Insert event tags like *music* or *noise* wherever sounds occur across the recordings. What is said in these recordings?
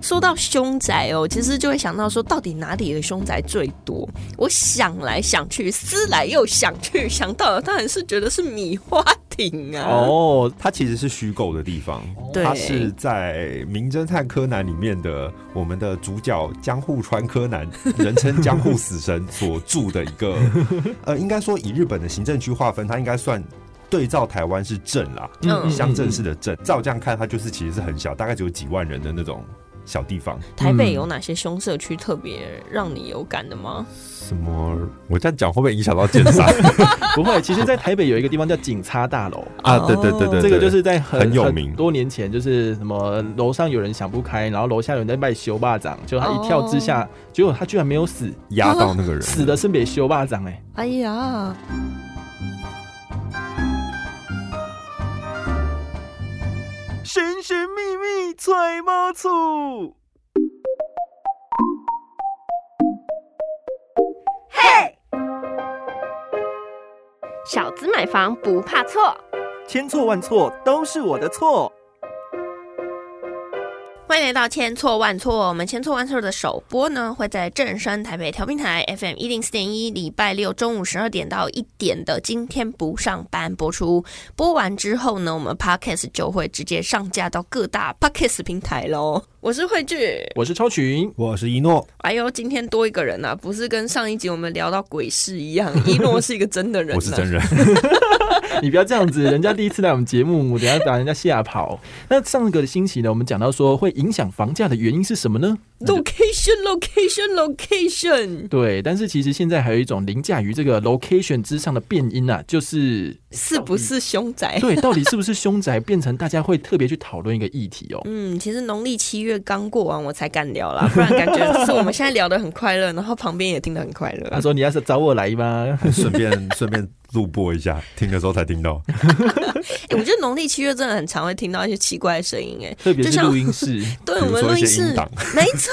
说到凶宅哦，其实就会想到说，到底哪里的凶宅最多？我想来想去，思来又想去，想到了当然是觉得是米花亭啊。哦，它其实是虚构的地方，对它是在《名侦探柯南》里面的我们的主角江户川柯南，人称江户死神所住的一 *laughs* 个，呃，应该说以日本的行政区划分，它应该算。对照台湾是镇啦，嗯乡镇市的镇，照这样看，它就是其实是很小，大概只有几万人的那种小地方。台北有哪些凶社区特别让你有感的吗？什么？我这样讲会不会影响到建 *laughs* 商 *laughs* 不会。其实，在台北有一个地方叫警察大楼，啊？对对 *laughs* 对对，这个就对是在很很有名多年前，就是什么楼上有人想不开，然后楼下有人在卖修霸掌，就他一跳之下，哦结果他居然没有死，压到那个 *laughs* 人死的是美修霸掌哎、哎呀，神神秘秘揣猫醋。小资买房不怕错。千错万错都是我的错。欢迎来到千错万错。我们千错万错的首播呢，会在正山台北调频台 FM 一零四点一，礼拜六中午十二点到一点的《今天不上班》播出。播完之后呢，我们 Podcast 就会直接上架到各大 Podcast 平台喽。我是慧聚，我是超群， *laughs* 我是一诺，哎呦，今天多一个人啊，不是跟上一集我们聊到鬼市一样，一诺是一个真的人、啊， *laughs* 我是真人。你不要这样子，人家第一次来我们节目，等下把人家吓跑。那上个星期呢，我们讲到说会影响房价的原因是什么呢？ Location, location, location，对，但是其实现在还有一种凌驾于这个 location 之上的变因啊，就是是不是凶宅？对，到底是不是凶宅变成大家会特别去讨论一个议题哦？嗯，其实农历七月刚过完，我才敢聊啦，不然感觉是我们现在聊得很快乐，然后旁边也听得很快乐啊他。说：“你要是找我来吧。顺便顺便录播一下，听的时候才 *laughs* 听到。哎、我觉得农历七月真的很常会听到一些奇怪的声音、哎”， *laughs* 特别就是像录音室， *laughs* 对我比如们说录一音些音室档，没错，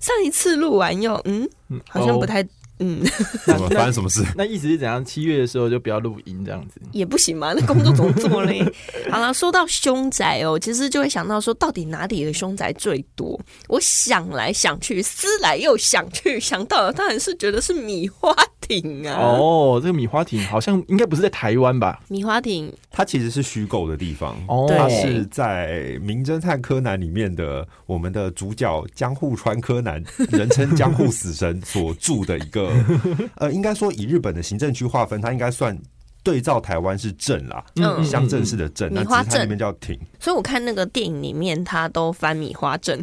上一次录完又嗯，嗯好像哦不太、嗯， *laughs* 怎么发生什么事？那意思是怎样？七月的时候就不要录音这样子。也不行嘛，那工作怎么做嘞？ *laughs* 好了，说到凶宅哦，其实就会想到说，到底哪里的凶宅最多？我想来想去，思来又想去，想到了当然是觉得是米花亭啊。哦，这个米花亭好像应该不是在台湾吧？米花亭，它其实是虚构的地方，哦对它是在《名侦探柯南》里面的我们的主角江户川柯南，人称江户死神所住的一 *laughs* 个，呃，应该说以日本的行政区划分，它应该算。对照台湾是镇啦，嗯乡镇市的镇，嗯那米花只是它那镇边叫町。所以我看那个电影里面，他都翻米花镇。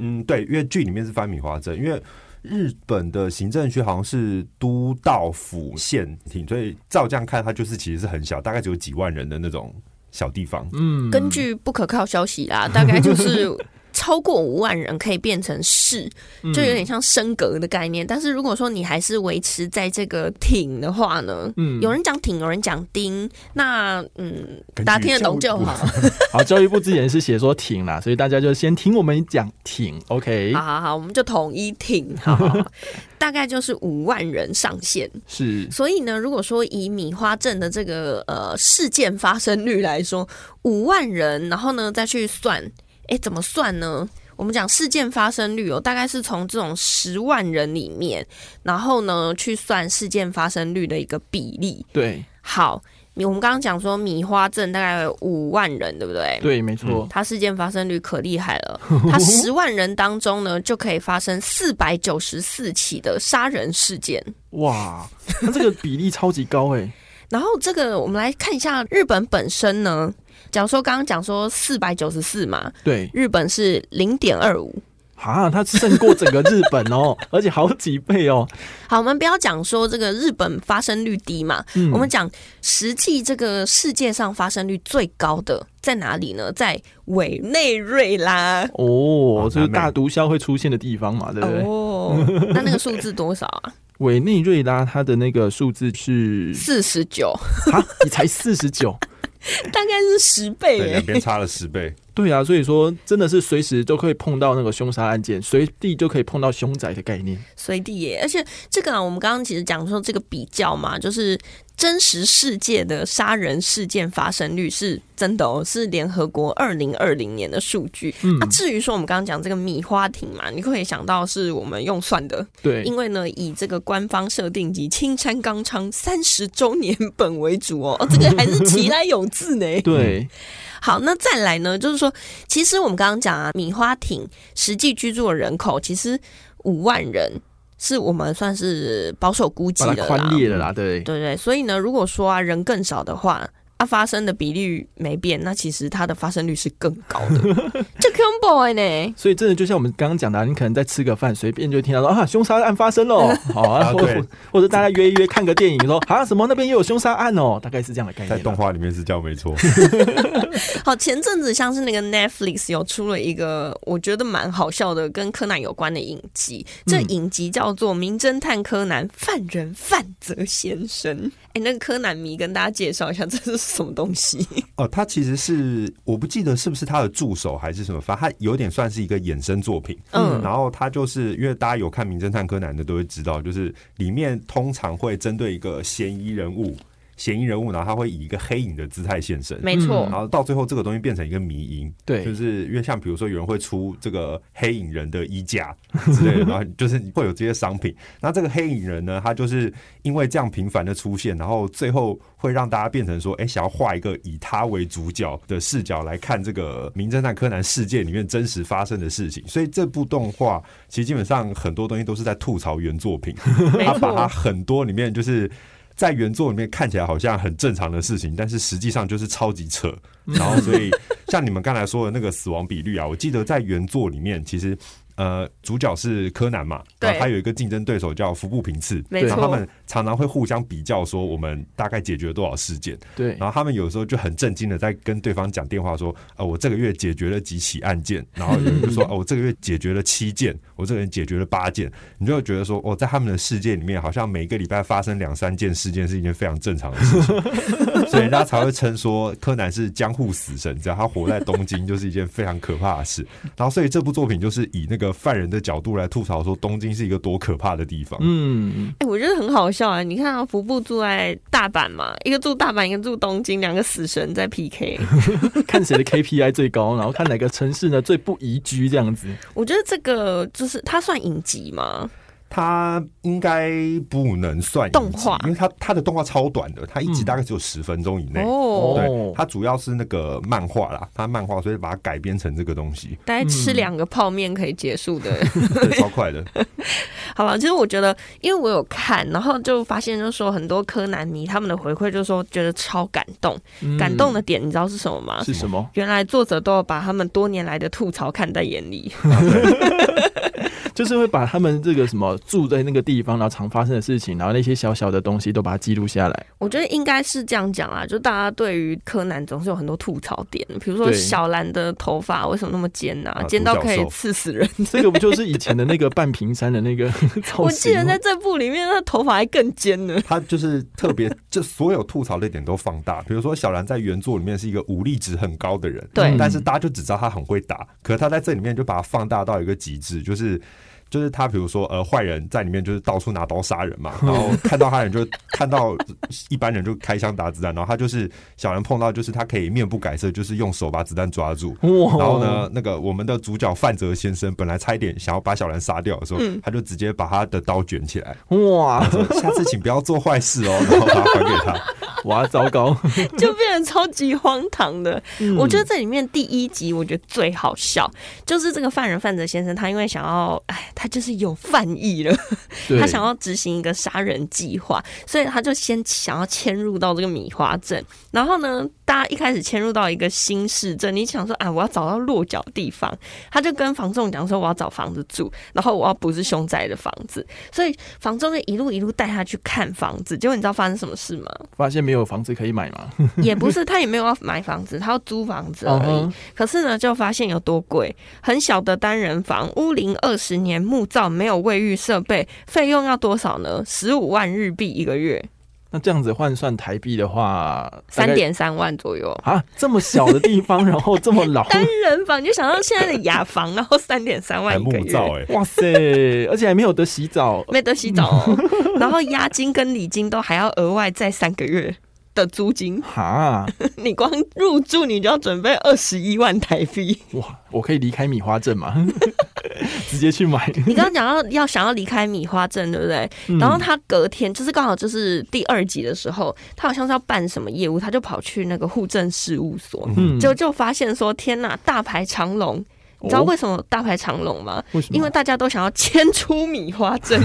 嗯，对，因为剧里面是番米花镇，因为日本的行政区好像是都道府县厅，所以照这样看，它就是其实是很小，大概只有几万人的那种小地 *laughs* 方。嗯根据不可靠消息啦，大概就是超过五万人可以变成市，嗯就有点像升格的概念。但是如果说你还是维持在这个挺的话呢，嗯有人讲挺，有人讲丁，那嗯，根据大家听得懂教就育部好。好，教育部之前是写说挺啦，所以大家就先听我们讲挺，OK？好好好，我们就统一挺，好好好大概就是五万人上限。是所以呢，如果说以米花镇的这个呃事件发生率来说，五万人，然后呢再去算，诶，怎么算呢？我们讲事件发生率哦，大概是从这种十万人里面，然后呢去算事件发生率的一个比例。对好，我们刚刚讲说米花镇大概有五万人，对不对？对，没错。它事件发生率可厉害了，它十万人当中呢，就可以发生四百九十四起的杀人事件。哇，那这个比例超级高哎、然后这个我们来看一下日本本身呢，假如说刚刚讲说四百九十四嘛，对，日本是零点二五。啊，它胜过整个日本 *laughs* 哦，而且好几倍哦。好，我们不要讲说这个日本发生率低嘛，嗯我们讲实际这个世界上发生率最高的在哪里呢？在委内瑞拉。哦，好就是南美大毒枭会出现的地方嘛，对不对？ *laughs* 哦， *laughs* 那那个数字多少啊？委内瑞拉它的那个数字 *laughs* 是四十 *laughs* 九，啊，你才四十九，大概是十倍 *laughs* 对，耶两边差了十倍。对啊，所以说真的是随时都可以碰到那个凶杀案件，随地就可以碰到凶宅的概念。随地耶，而且这个啊，我们刚刚其实讲说这个比较嘛，就是真实世界的杀人事件发生率是真的哦，是联合国二零二零年的数据。那、嗯至于说我们刚刚讲这个米花亭嘛，你会想到是我们用算的，对，因为呢，以这个官方设定及青山刚昌三十周年本为主哦，哦这个还是其来有自呢。对，好，那再来呢，就是说，其实我们刚刚讲啊，米花町实际居住的人口其实五万人，是我们算是保守估计把的它啦，嗯宽裂了啦，对，对对，所以呢，如果说啊人更少的话。啊，发生的比率没变，那其实它的发生率是更高 *laughs* 的，就 combo 呢。所以真的就像我们刚刚讲的啊，你可能在吃个饭，随便就听到说啊凶杀案发 *laughs* 生喽，好啊，啊或对或或者大家约一约看个电影，说啊什么那边也有凶杀案哦，大概是这样的概念在啊。动画里面是叫没错，好，前阵子像是那个 Netflix 有出了一个我觉得蛮好笑的跟柯南有关的影集，这嗯影集叫做《名侦探柯南：犯人范泽先生》。哎，那个柯南迷跟大家介绍一下这是什么东西？ *laughs* 哦，他其实是我不记得是不是他的助手还是什么，反正他有点算是一个衍生作品。嗯然后他就是因为大家有看《名侦探柯南》的都会知道，就是里面通常会针对一个嫌疑人物，嫌疑人物，然后他会以一个黑影的姿态现身。没错然，后到最后，这个东西变成一个迷因，就对，是因为像比如说有人会出这个黑影人的衣架之类的，然后就是会有这些商品。那这个黑影人呢，他就是因为这样频繁的出现，然后最后会让大家变成说，哎、想要画一个以他为主角的视角来看这个《名侦探柯南》世界里面真实发生的事情。所以这部动画其实基本上很多东西都是在吐槽原作品，没他把他错，很多里面就是。在原作里面看起来好像很正常的事情，但是实际上就是超级扯。嗯然后，所以像你们刚才说的那个死亡比率啊，我记得在原作里面，其实呃，主角是柯南嘛，对然后他有一个竞争对手叫服部平次，没然后他错们。常常会互相比较说我们大概解决了多少事件，对，然后他们有时候就很震惊的在跟对方讲电话说，呃，我这个月解决了几起案件，然后有人就说，哦，我这个月解决了七件，我这个人解决了八件，你就会觉得说，哦，在他们的世界里面，好像每个礼拜发生两三件事件是一件非常正常的事情，所以人家才会称说柯南是江户死神，只要他活在东京，就是一件非常可怕的事。然后，所以这部作品就是以那个犯人的角度来吐槽说，东京是一个多可怕的地方。嗯，哎、我觉得很好笑啊！你看啊，服部住在大阪嘛，一个住大阪，一个住东京，两个死神在 *laughs* PK。看谁的 KPI 最高，然后看哪个城市呢最不宜居这样子。我觉得这个就是它算影集嘛，它应该不能算影集动画因为它它的动画超短的，它一集嗯大概只有十分钟以内。哦，对，它主要是那个漫画啦，它漫画，所以把它改编成这个 *laughs* 东西，大概吃嗯两个泡面可以结束的。对，超快的。好了，其实我觉得，因为我有看，然后就发现，就是说很多柯南迷他们的回馈，就是说觉得超感动。嗯感动的点，你知道是什么吗？是什么？原来作者都有把他们多年来的吐槽看在眼里。就是会把他们这个什么住在那个地方，然后常发生的事情，然后那些小小的东西都把它记录 *laughs* 下来。我觉得应该是这样讲啦，就大家对于柯南总是有很多吐槽点，比如说对小兰的头发为什么那么尖呐、啊尖到独角可以兽刺死人。这个不就是以前的那个半屏山的 *laughs* 那个造型吗？我记得在这部里面，他头发还更尖呢。它就是特别，就所有吐槽的点都放大。比如说小兰在原作里面是一个武力值很高的人，对但是大家就只知道他很会打，可是他在这里面就把它放大到一个极致，就是。就是他，比如说，呃，坏人在里面就是到处拿刀杀人嘛，然后看到他人就看到一般人就开枪打子弹，然后他就是小人碰到，就是他可以面不改色，就是用手把子弹抓住，哇，然后呢，那个我们的主角范泽先生本来差一点想要把小兰杀掉的时候，他就直接把他的刀卷起来，哇说 *laughs* 下次请不要做坏事哦， *laughs* 然后把它还给他。哇，糟糕！就变得超级荒唐的。嗯我觉得这里面第一集我觉得最好笑，就是这个犯人范泽先生，他因为想要，哎，他就是有犯意了， *laughs* 对他想要执行一个杀人计划，所以他就先想要迁入到这个米花镇。然后呢，大家一开始迁入到一个新市镇，你想说啊，我要找到落脚地方，他就跟房仲讲说我要找房子住，然后我要不是凶宅的房子，所以房仲就一路一路带他去看房子。结果你知道发生什么事吗？发现没有房子可以买嘛， *laughs* 也不是，他也没有要买房子，他要租房子而已。嗯哼可是呢，就发现有多贵，很小的单人房，屋龄二十年，木造，没有卫浴设备，费用要多少呢？十五万日币一个月。那这样子换算台币的话，大概三点三万左右。啊，这么小的地方，然后这么 *laughs* 老，单人房，你就想到现在的雅房，然后三点三还万一木个月，造哎、哇塞，而且还没有得洗澡，没得洗澡、 *laughs* 哦，然后押金跟礼金都还要额外再三个月的租金， *laughs* 哈，你光入住你就要准备二十一万台币。哇，我可以离开米花镇吗？ *laughs* 直接去买，你刚刚讲到要想要离开米花镇，对不对？嗯然后他隔天就是刚好就是第二集的时候，他好像是要办什么业务，他就跑去那个户政事务所，嗯结果就发现说天呐，大排长龙。你知道哦为什么大排长龙吗？为什么？因为大家都想要迁出米花 *laughs* 镇，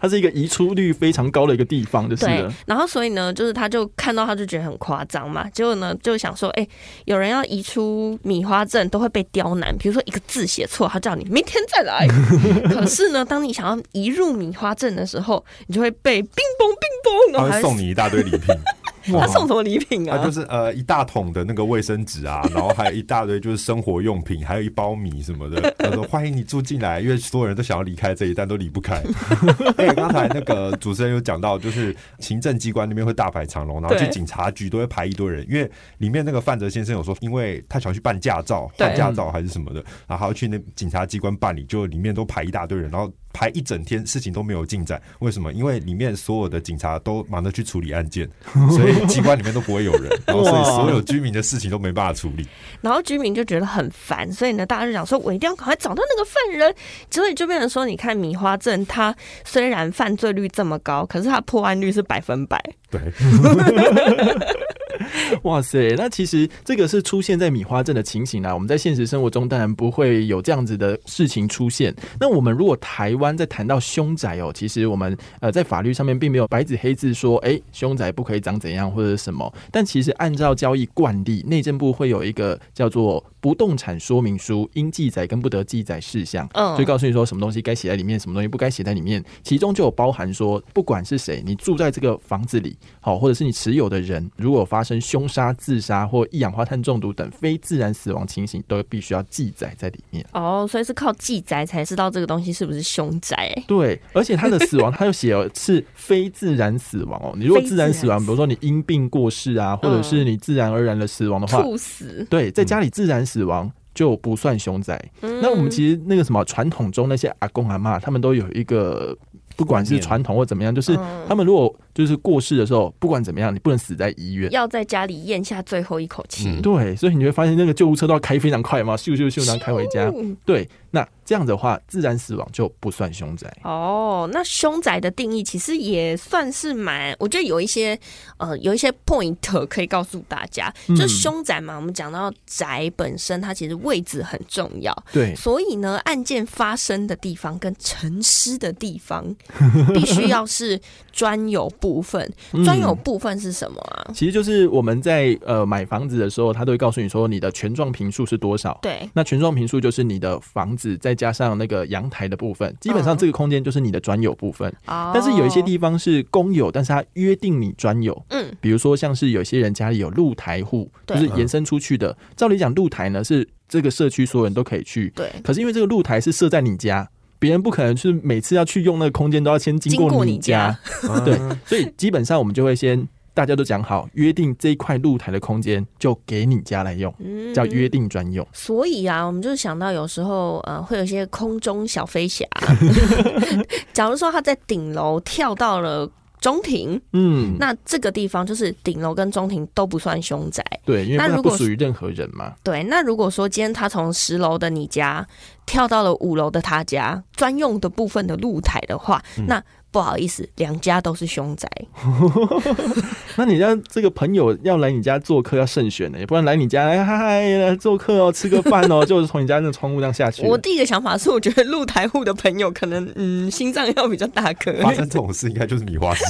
它是一个移出率非常高的一个地方，就是对了。，然后所以呢，就是他就看到他就觉得很夸张嘛，结果呢就想说，哎、有人要移出米花镇都会被刁难，比如说一个字写错，他叫你明天再 *laughs* 来。可是呢，当你想要移入米花镇的时候，你就会被冰崩冰崩，然他后会还啊送你一大堆礼 *laughs* 品，他送什么礼品啊，就啊？是呃一大桶的那个卫生纸啊， *laughs* 然后还有一大堆就是生活用品，还有一包米什么 *laughs* 的。他说欢迎你住进来，因为所有人都想要离开这一但都离 *laughs* 不开。哎，刚才那个主持人有讲到，就是行政机关那边会大排长龙，然后去对警察局都会排一堆人，因为里面那个范哲先生有说，因为他想去办驾照，对换驾照还是什么的，然后他要去那警察机关办理，就里面都排一大堆人，然后。排一整天，事情都没有进展，为什么？因为里面所有的警察都忙着去处理案 *laughs* 件，所以机关里面都不会有人，然后所以所有居民的事情都没办法处理。然后居民就觉得很烦，所以呢，大家就想说，我一定要赶快找到那个犯人。所以就变成说，你看米花镇，它虽然犯罪率这么高，可是它破案率是百分百。对， *laughs* 哇塞，那其实这个是出现在米花镇的情形啦。啊我们在现实生活中当然不会有这样子的事情出现。那我们如果台湾在谈到凶宅哦，其实我们呃在法律上面并没有白纸黑字说，哎、凶宅不可以长怎样或者是什么。但其实按照交易惯例，内政部会有一个叫做不动产说明书，应记载跟不得记载事项，嗯就告诉你说什么东西该写在里面，什么东西不该写在里面。其中就有包含说，不管是谁，你住在这个房子里，好，或者是你持有的人，如果有发生凶杀、自杀或一氧化碳中毒等非自然死亡情形，都必须要记载在里面。哦，所以是靠记载才知道这个东西是不是凶宅。对，而且他的死 *laughs* 亡，他又写哦是非自然死亡哦。你如果自然死亡，比如说你因病过世啊，或者是你自然而然的死亡的话，猝死。对，在家里自然死亡就不算凶宅。那我们其实那个什么传统中那些阿公阿嬷，他们都有一个，不管是传统或怎么样，就是嗯他们如果就是过世的时候，不管怎么样，你不能死在医院。要在家里咽下最后一口气。嗯对，所以你会发现那个救护车都要开非常快嘛，咻咻咻，然后开回家。嗯对，啊那这样的话，自然死亡就不算凶宅。哦，那凶宅的定义其实也算是蛮，我觉得有一些呃有一些 point 可以告诉大家，嗯就是凶宅嘛，我们讲到宅本身它其实位置很重要，对，所以呢，案件发生的地方跟沉尸的地方必须要是专有部 *laughs* 分，专有嗯部分是什么啊？其实就是我们在呃买房子的时候，他都会告诉你说你的权状平数是多少。对，那权状平数就是你的房子再加上那个阳台的部分，基本上嗯这个空间就是你的专有部分。哦，但是有一些地方是公有，但是它约定你专有。嗯，比如说，像是有些人家里有露台户，对就是延伸出去的。照理讲，露台呢是这个社区所有人都可以去，对，可是因为这个露台是设在你家，别人不可能是每次要去用那个空间都要先经经过过你你家家，对，所以基本上我们就会先大家都讲好，约定这一块露台的空间就给你家来用，嗯叫约定专用。所以啊，我们就想到有时候呃，会有一些空中小飞 *laughs* 侠，假如说他在顶楼跳到了。中庭，嗯，那这个地方就是顶楼跟中庭都不算凶宅。对，因为那它如果不属于任何人嘛。对，那如果说今天他从十楼的你家跳到了五楼的他家，专用的部分的露台的话，嗯那不好意思，两家都是凶宅。那你让这个朋友要来你家做客要慎选的，也不然来你家哎嗨嗨来做客哦，吃个饭哦，就是从你家那窗户这样下去。我第一个想法是，我觉得露台户的朋友可能嗯心脏要比较大颗。发生这种事应该就是米花市，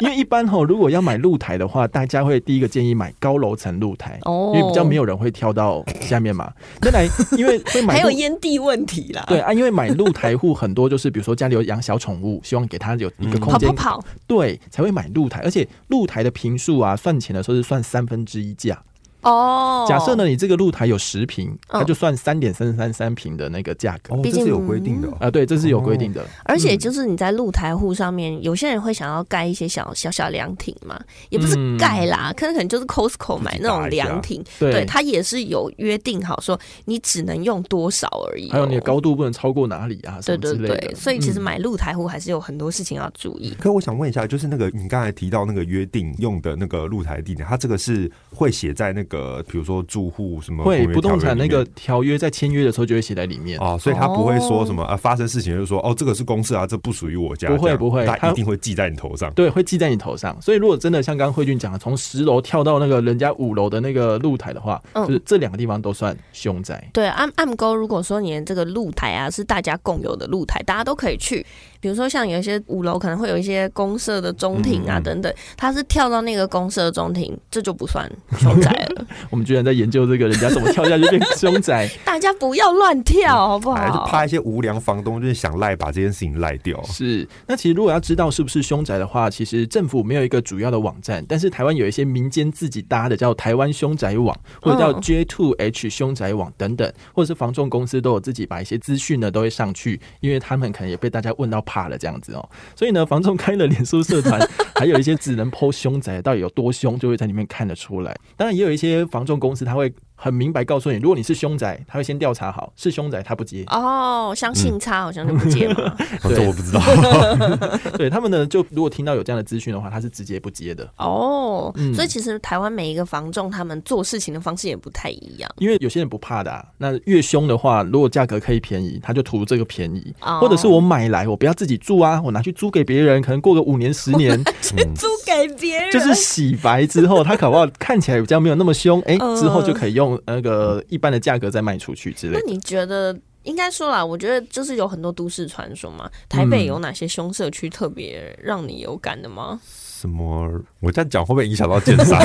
因为一般吼、如果要买露台的话，大家会第一个建议买高楼层露台。哦因为比较没有人会跳到下面嘛。再来，因为 *laughs* 会买还有露烟蒂问题啦。对，啊，因为买露台户很多就是，比如说家里有养小宠物，希望给它有一个空跑间，嗯跑跑，对，才会买露台。而且露台的平数啊，算钱的时候是算三分之一价，哦，假设呢，你这个露台有十平，嗯它就算三点三三三平的那个价 *laughs* 格。哦，毕这竟嗯是有规定的哦、啊，对，这是有规定的，而且就是你在露台户上面，有些人会想要盖一些小小小凉亭嘛，也不是嗯盖啦，可能可能就是 Costco 买那种自己搭一下凉亭，对，对，它也是有约定好说你只能用多少而已、还有你的。高度不能超过哪里啊，什对么之对类对，的。所以其实嗯买露台户还是有很多事情要注意。可我想问一下，就是那个你刚才提到那个约定用的那个露台地点，它这个是会写在那个，比如说住户什么会公约不动条产约那里个面条约在签约的时候就会写在里面。哦，所以他不会说什么、啊，发生事情就说哦，这个是公事啊，这不属于我家，不会这样不会他他一定会记在你头上。对，会记在你头上。所以如果真的像刚刚慧君讲的，从十楼跳到那个人家五楼的那个露台的话，嗯就是这两个地方都算凶宅。对，暗暗沟，如果说你的这个露台啊是大家共有的露台，大家都可以去。比如说像有一些五楼可能会有一些公社的中庭啊嗯嗯等等，它是跳到那个公社的中庭，这就不算凶宅了。我们居然在研究这个人家怎么跳下去变凶宅，大家不要乱嗯跳，好不哎还是好？哎怕一些无良房东就是想赖，把这件事情赖掉。是，那其实如果要知道是不是凶宅的话，其实政府没有一个主要的网站，但是台湾有一些民间自己搭的，叫台湾凶宅网，或者叫嗯 J2H 凶宅网等等，或者是房仲公司都有自己把一些资讯呢都会上去，因为他们可能也被大家问到怕了这样子哦、所以呢，房仲开了脸书社团，还有一些只能剖凶宅到底有多凶，就会在里面看得出来。当然，也有一些房仲公司他会很明白告诉你，如果你是凶宅，他会先调查好是凶宅，他不接。哦，像性差好像就不接嘛。嗯哦这我不知道。对他们呢，就如果听到有这样的资讯的话，他是直接不接的。 *laughs* 哦，嗯所以其实台湾每一个房仲他们做事情的方式也不太一样。因为有些人不怕的、啊，那越凶的话，如果价格可以便宜，他就图这个便宜，哦或者是我买来我不要自己住啊，我拿去租给别人，可能过个五年十年，嗯租给别人就是洗白之后，他搞不好看起来比较没有那么凶，哎、嗯之后就可以用那个一般的价格再卖出去之类那的。你觉得？应该说啦，我觉得就是有很多都市传说嘛。台嗯北有哪些凶社区特别让你有感的吗？什么？我这样讲会不会影响到建商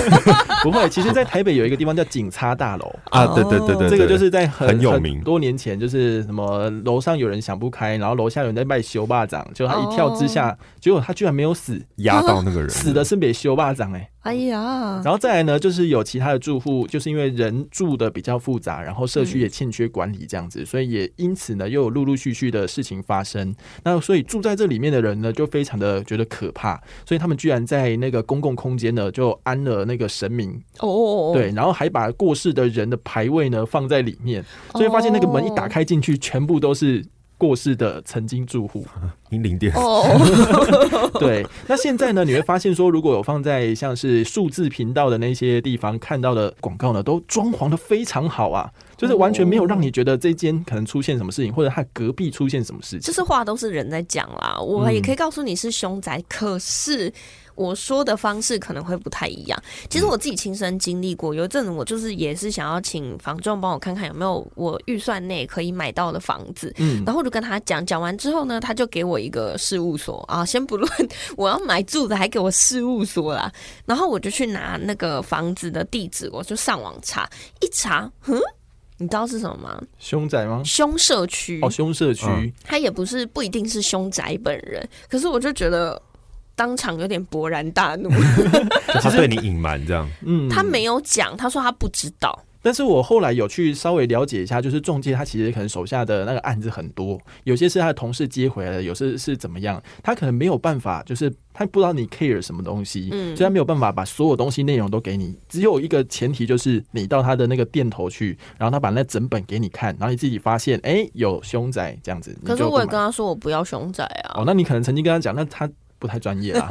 不会，其实，在台北有一个地方叫警察大楼。啊？对对对对，哦这个就对是在很很有名多年前，就是什么楼上有人想不开，然后楼下有人在卖修霸掌，就他一跳之哦下，结果他居然没有死，压到那个人，死的是被修霸掌哎、哎呀，然后再来呢，就是有其他的住户，就是因为人住的比较复杂，然后社区也欠缺管理这样子，所以也因此呢，又有陆陆续续的事情发生。那所以住在这里面的人呢，就非常的觉得可怕，所以他们居然在那个公共空间呢，就安了那个神明，哦哦哦，对，然后还把过世的人的牌位呢放在里面，哦所以发现那个门一打开进去，全部都是。过世的曾经住户，零零店哦，哦， *laughs* 对。那现在呢，你会发现说，如果有放在像是数字频道的那些地方看到的广告呢，都装潢的非常好啊，就是完全没有让你觉得这间可能出现什么事情，或者它隔壁出现什么事就情。是话都是人在讲啦。我也可以告诉你是凶宅，可是我说的方式可能会不太一样。其实我自己亲身经历过，有一阵子我就是也是想要请房仲帮我看看有没有我预算内可以买到的房子。嗯，然后我就跟他讲，讲完之后呢，他就给我一个事务所啊，先不论我要买住的，还给我事务所啦。然后我就去拿那个房子的地址，我就上网查，一查，哼，你知道是什么吗？凶宅吗？凶社区，哦，凶社区，嗯他也不是不一定是凶宅本人，可是我就觉得。当场有点勃然大怒，就他对你隐瞒这样，嗯， *laughs* 他没有讲，他说他不知道，但是我后来有去稍微了解一下，就是中介他其实可能手下的那个案子很多，有些是他的同事接回来的，有些是怎么样，他可能没有办法，就是他不知道你 care 什么东西，嗯所以他没有办法把所有东西内容都给你，只有一个前提就是你到他的那个店头去，然后他把那整本给你看，然后你自己发现，哎、有凶宅这样子，你可是就不我也买跟他说我不要凶宅啊，哦，那你可能曾经跟他讲，那他不太专业啦，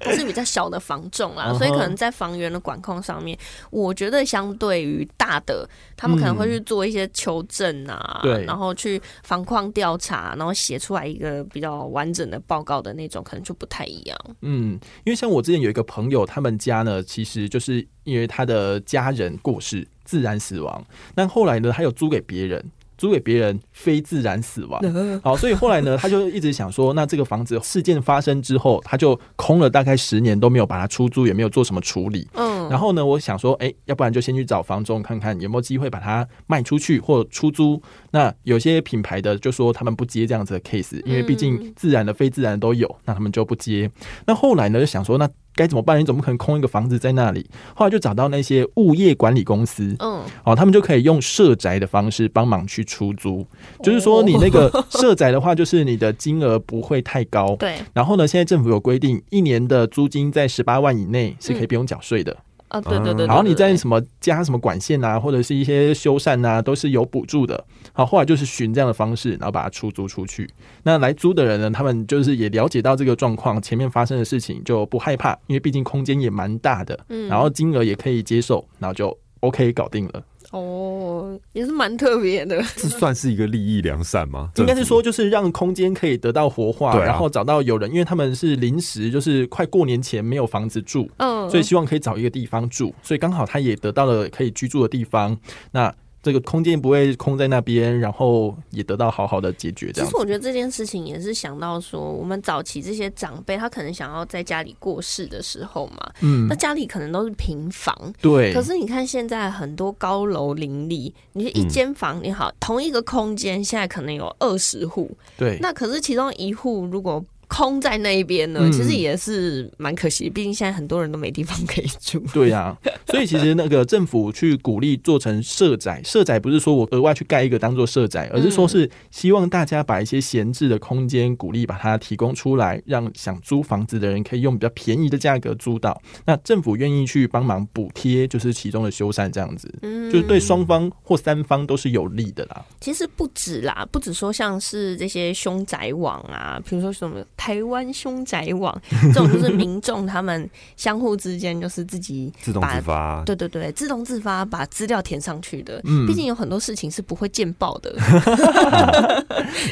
他是比较小的房仲啦，嗯哼所以可能在房源的管控上面，我觉得相对于大的，他们可能会去做一些求证啊，嗯对然后去房况调查，然后写出来一个比较完整的报告的那种，可能就不太一样。嗯，因为像我之前有一个朋友，他们家呢，其实就是因为他的家人过世，自然死亡。那后来呢，他有租给别人，租给别人非自然死亡。好，所以后来呢，他就一直想说，那这个房子事件发生之后，他就空了大概十年都没有把它出租，也没有做什么处理。嗯，然后呢，我想说，哎、要不然就先去找房仲看看有没有机会把它卖出去或出租。那有些品牌的就说他们不接嗯这样子的 case，因为毕竟自然的、非自然的都有，那他们就不接。那后来呢，就想说，那该怎么办？你总不可能空一个房子在那里。后来就找到那些物业管理公司，嗯，哦，他们就可以用社宅的方式帮忙去出租。就是说，哦你那个社宅的话，就是你的金额不会太高。对，然后呢，现在政府有规定，一年的租金在十八万以内是可嗯以不用缴税的。哦，对对对对，然后嗯你对在什么加什么管线啊，或者是一些修缮啊，都是有补助的。好，后来就是循这样的方式，然后把它出租出去。那来租的人呢，他们就是也了解到这个状况，前面发生的事情就不害怕，因为毕竟空间也蛮大的，嗯然后金额也可以接受，然后就 OK 搞定了。哦，也是蛮特别的，这算是一个利益良善吗？应该是说，政就是让空间可以得到活化，对啊然后找到有人，因为他们是临时，就是快过年前没有房子住，嗯，所以希望可以找一个地方住，所以刚好他也得到了可以居住的地方，那这个空间不会空在那边，然后也得到好好的解决，这其样实。我觉得这件事情也是想到说，我们早期这些长辈他可能想要在家里过世的时候嘛，嗯哎那，家里可能都是平房。对可，是你看，现在很多高楼林立，你嗯一间房，你好，同一个空间，现在可能有二十户，对，那可是其中一户如果空在那一边呢，嗯其实也是蛮可惜，毕竟现在很多人都没地方可以住。对呀、所以其实那个政府去鼓励做成社宅，社宅不是说我额外去盖一个当做社宅，而是嗯说是希望大家把一些闲置的空间，鼓励把它提供出来，让想租房子的人可以用比较便宜的价格租到。那政府愿意去帮忙补贴，就是其中的修缮这样子，嗯就是对双方或三方都是有利的啦。其实不止啦，不止说像是这些凶宅网啊，比如说什么台湾凶宅网这种，就是民众他们相互之间就是自己府自动自发，对对对自动自发把资料填上去的。嗯毕竟有很多事情是不会见报的，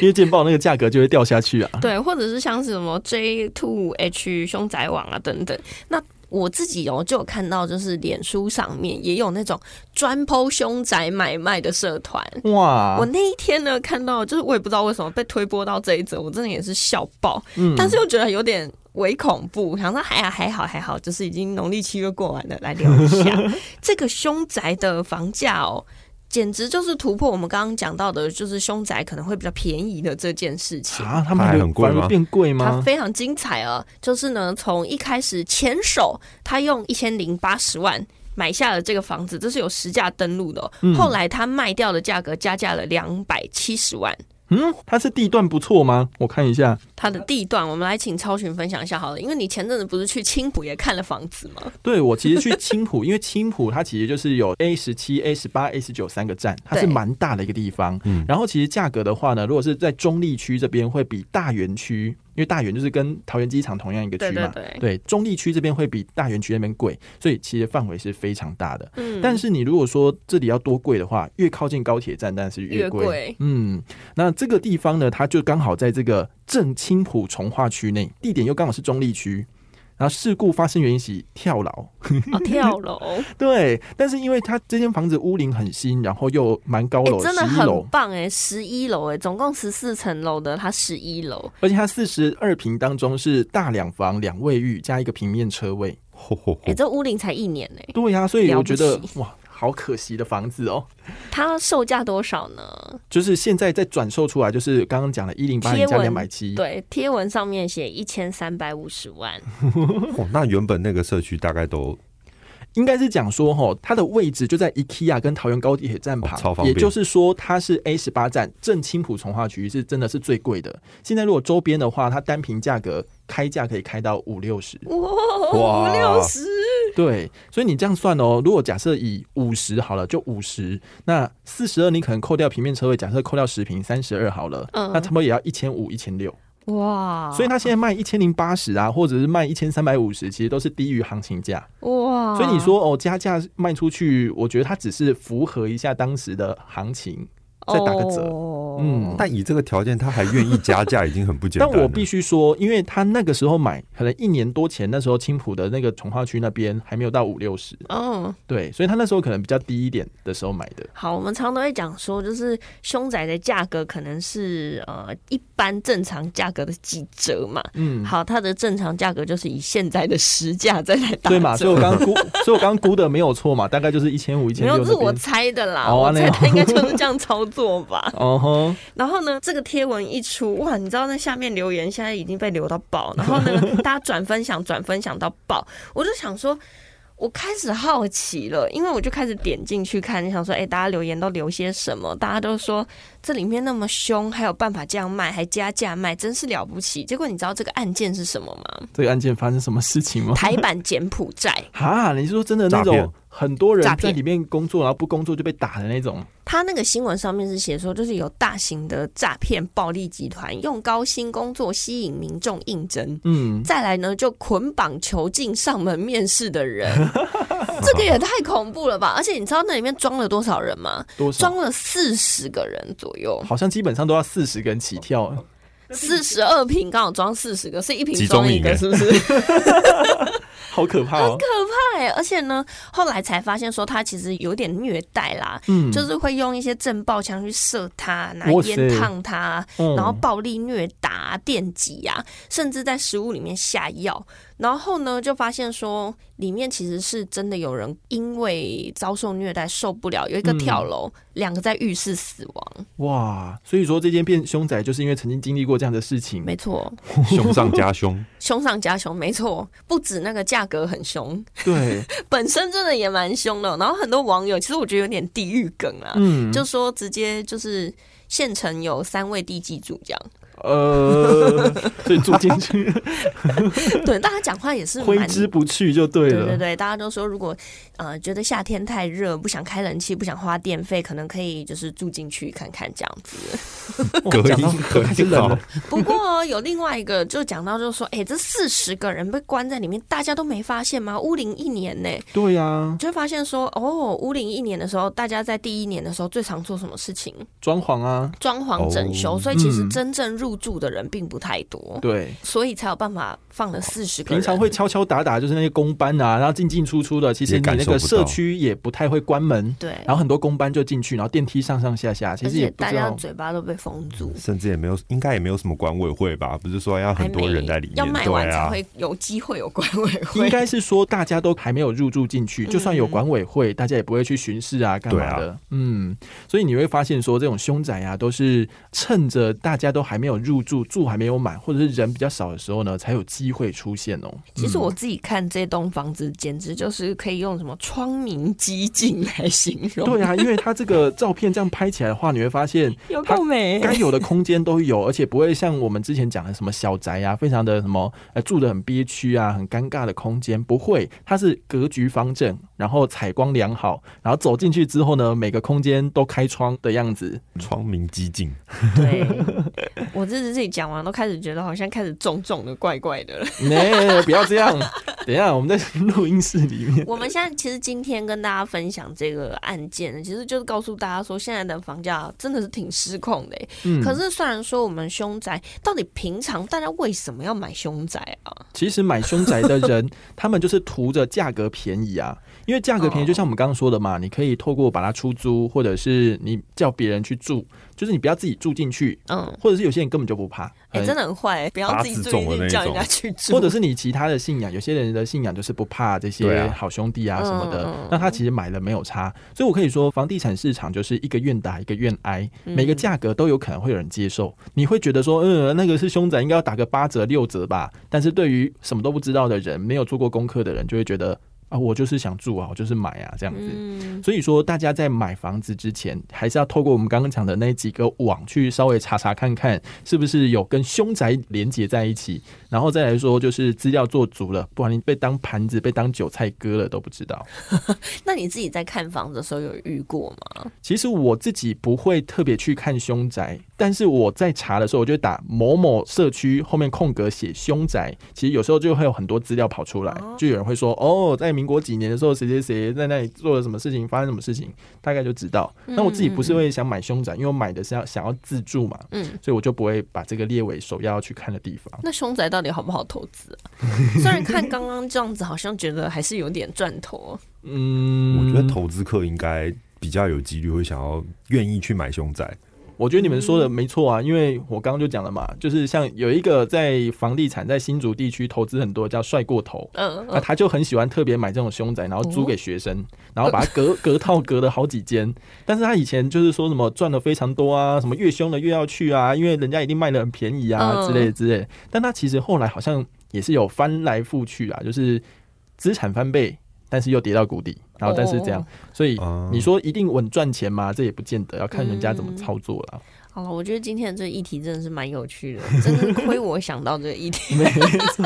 因为健报那个价格就会掉 *laughs* 下去啊。对，或者是像是什么 J Two H 凶宅网啊等等。那我自己哦，就有看到，就是脸书上面也有那种专剖凶宅买卖的社团，哇我，那一天呢，看到就是我也不知道为什么被推播到这一则，我真的也是笑爆，嗯但是又觉得有点微恐怖，想说哎呀还好还好，就是已经农历七月过完了，来聊一下这个凶宅的房价哦。简直就是突破我们刚刚讲到的，就是凶宅可能会比较便宜的这件事情。啊，他们还它还很贵吗反而变贵它吗？非常精彩啊！就是呢，从一开始前手他用一千零八十万买下了这个房子，这是有实价登录的哦、嗯后来他卖掉的价格加价了两百七十万。嗯，它是地段不错吗？我看一下，它的地段，我们来请超群分享一下好了，因为你前阵子不是去青浦也看了房子吗？对我其实去青浦，因为青浦它其实就是有 A 十七、A 十八、A 十九三个站，它是对蛮大的一个地方。嗯然后其实价格的话呢，如果是在中立区这边，会比大园区，因为大园就是跟桃园机场同样一个区嘛。对，对，中立区这边会比大园区那边贵，所以其实范围是非常大的。嗯但是你如果说这里要多贵的话，越靠近高铁站当然是越越贵。贵嗯，那这个地方呢，它就刚好在这个正青浦从化区内，地点又刚好是中立区。然后事故发生原因是跳楼，哦跳 *laughs* 楼，哎、对，但是因为它这间房子屋龄很新，然后又蛮高楼，十哎真的一很楼，棒哎、十一楼哎，总共十四层楼的，它十一楼，而且它四十二平当中是大两房、两卫浴加一个平面车位，吼吼嗯哎、这屋龄才一年哎、对呀、所以了我不觉得起哇，好可惜的房子哦。它售价多少呢？就是现在再转售出来，就是刚刚讲的一零八贴零加文两百七，对，贴文上面写一千三百五十万，吼，哦那原本那个社区大概都应该是讲说哈，它的位置就在 IKEA 跟桃园高铁站哦超旁，方便也就是说它是 A 十八站正青浦从化区是真的是最贵的。现在如果周边的话，它单瓶价格开价可以开到五六十，哇，哇五六十，对，所以你这样算哦，如果假设以五十好了，就五十，那四十二你可能扣掉平面车位，假设扣掉十平三十二好了，嗯那差不多也要一千五一千六，哇，所以它现在卖一千零八十啊，或者是卖一千三百五十，其实都是低于行情价。哇，所以你说哦，加价卖出去，我觉得它只是符合一下当时的行情，再打个折。哦、嗯但以这个条件，他还愿意加价，已经很不简但单了。我必须说，因为他那个时候买，可能一年多前，那时候青浦的那个从化区那边还没有到五六十，嗯。对，所以他那时候可能比较低一点的时候买的。好，我们常常都会讲说，就是凶宅的价格可能是呃一般正常价格的几折嘛。嗯，好，它的正常价格就是以现在的实价再来打折，对嘛，所以我刚刚估， *laughs* 所以我刚刚估的没有错嘛，大概就是一千五、一千没有，六这是那我边。猜的啦。哦我安内猜哦。他应该就是这样操作吧哦吼哦，然后呢，这个贴文一出，哇，你知道那下面留言现在已经被留到爆，然后呢，大家转分享转分享到爆，我就想说。我开始好奇了，因为我就开始点进去看，想说，哎、大家留言都留些什么？大家都说这里面那么凶，还有办法这样卖，还加价卖，真是了不起。结果你知道这个案件是什么 *laughs* 吗？这个案件发生什么事情 *laughs* 吗？台版柬埔寨，哈，你是说真的那诈骗种很诈多人在骗里面工作，然后不工作就被打的那种？他那个新闻上面是写说，就是有大型的诈骗暴力集团用高薪工作吸引民众应征，嗯，再来呢就捆绑囚禁上门面试的人，这个也太恐怖了吧！而且你知道那里面装了多少人吗？多少装？了四十个人左右，好像基本上都要四十个人起跳了。四十二瓶刚好装四十个，是一瓶集装中一营个，欸是不是？好可怕哦！对，而且呢，后来才发现说他其实有点虐待啦，嗯就是会用一些震爆枪去射他，拿哇烟塞烫他，嗯然后暴力虐打、电击啊，甚至在食物里面下药。然后呢，就发现说里面其实是真的有人因为遭受虐待受不了，有一个嗯跳楼，两个在浴室死亡。哇，所以说这件变凶宅就是因为曾经经历过这样的事情，没错，凶上加凶，凶上加凶，没错，不止那个价格很凶， *laughs* 对，本身真的也蛮凶的。然后很多网友其实我觉得有点地狱梗啊，嗯，就说直接就是县城有三位地基主这样，呃， *laughs* 所以住进去对，大家讲话也是挥蛮之不去就对对对了。对，大家都说如果呃觉得夏天太热，不想开冷气，不想花电费，可能可以就是住进去看看这样子。 *laughs* 隔哦讲到音隔开始音冷好了，不过哦有另外一个就讲到，就是说，哎、这四十个人被关在里面，大家都没发现吗？乌林一年呢、对啊呀你，就会发现说，哦，乌林一年的时候，大家在第一年的时候最常做什么事情？装潢啊，装潢整修，哦所以其实嗯真正入住的人并不太多，对，所以才有办法放了四十个平人。常会敲敲打打，就是那些工班啊，然后进进出出的，其实也你感那受个不社到区也不太会关门，对，然后很多工班就进去，然后电梯上上下下，其而实也且不大知家道。嘴巴都被封住。甚至也没有，应该也没有什么管委会吧？不是说要还很多人在里面，要卖完对才啊，会有机会有管委会。应该是说大家都还没有入住进嗯去，就算有管委会，大家也不会去巡视啊，干嘛对的？嗯，所以你会发现说这种凶宅啊，都是趁着大家都还没有入住，住还没有满，或者是人比较少的时候呢，才有机会出现哦。其实嗯我自己看这栋房子，简直就是可以用什么“窗明几净”来形容。对啊，因为它这个照片这样拍起来的话，你会发现有够美 *laughs* 该有的空间都有，而且不会像我们之前讲的什么小宅啊，非常的什么呃住的很憋屈啊，很尴尬的空间，不会，它是格局方正，然后采光良好，然后走进去之后呢，每个空间都开窗的样子， *laughs* 窗明几净，对，我这自己讲完都开始觉得好像开始重重的、怪怪的了。呢、不要这样，等一下我们在录音室里面，我们现在其实今天跟大家分享这个案件，其实就是告诉大家说，现在的房价真的是挺失控的欸。嗯，可是虽然说我们凶宅，到底平常大家为什么要买凶宅啊？其实买凶宅的人， *laughs* 他们就是图着价格便宜啊，因为价格便宜，哦就像我们刚刚说的嘛，你可以透过把它出租，或者是你叫别人去住，就是你不要自己住进去，嗯。或者是有些人根本就不怕，哎、呃真的很坏、欸，不要自己八字注意重的那力一叫人种家去住，或者是你其他的信仰，有些人的信仰就是不怕这对些啊好兄弟啊什么的，嗯嗯那他其实买了没有差，所以我可以说，房地产市场就是一个愿打一个愿挨，嗯每个价格都有可能会有人接受，你会觉得说，嗯，那个是凶宅，应该要打个八折六折吧，但是对于什么都不知道的人，没有做过功课的人，就会觉得啊，我就是想住啊，我就是买啊这样子，嗯，所以说，大家在买房子之前，还是要透过我们刚刚讲的那几个网去稍微查查看看，是不是有跟凶宅连接在一起。然后再来说，就是资料做足了，不然你被当盘子、被当韭菜割了都不知道。那你自己在看房子的时候有遇过吗？其实我自己不会特别去看凶宅，但是我在查的时候，我就打某某社区后面空格写凶宅，其实有时候就会有很多资料跑出来，就有人会说哦，在民国几年的时候，谁谁谁在那里做了什么事情，发生什么事情，大概就知道。那我自己不是会想买凶宅，因为我买的是要想要自住嘛，嗯，所以我就不会把这个列为首要去看的地方。那凶宅到底好不好投资、 *laughs* 啊？虽然看刚刚这样子，好像觉得还是有点赚头。嗯，我觉得投资客应该比较有几率会想要愿意去买凶宅，嗯我觉得你们说的没错啊，因为我刚刚就讲了嘛，就是像有一个在房地产在新竹地区投资很多叫帅过头，嗯那、嗯，他就很喜欢特别买这种凶宅，然后哦租给学生，呃然后把它 *laughs* 隔隔套隔了好几间。但是他以前就是说什么赚的非常多啊，什么越凶的越要去啊，因为人家一定卖的很便宜啊嗯之类的之类的。但他其实后来好像也是有翻来覆去啊，就是资产翻倍，但是又跌到谷底，然后但是这样，哦所以哦你说一定稳赚钱吗？这也不见得，要看人家怎嗯么操作啦。好了，我觉得今天的这议题真的是蛮有趣 *laughs* 的，真的是亏我想到这个议题。没错，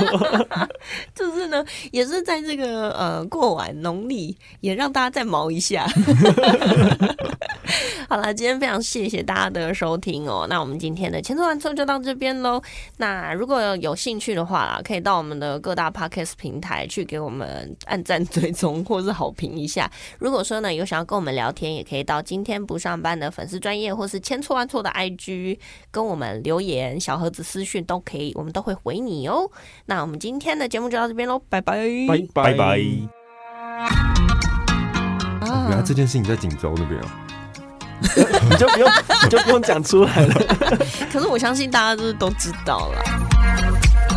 *laughs* 就是呢，也是在这个呃过完农历，也让大家再毛一下。 *laughs* 好了，今天非常谢谢大家的收听哦。那我们今天的千错万错就到这边喽。那如果有兴趣的话啦，可以到我们的各大 podcast 平台去给我们按赞、追踪或是好评一下。如果说呢有想要跟我们聊天，也可以到今天不上班的粉丝专业或是千错万错的 IG 跟我们留言、小盒子私讯都可以，我们都会回你哦。那我们今天的节目就到这边喽，拜拜，拜拜拜。啊原来这件事情在锦州那边哦。你就不用，你就不用讲出来了。可是我相信大家就是都知道了。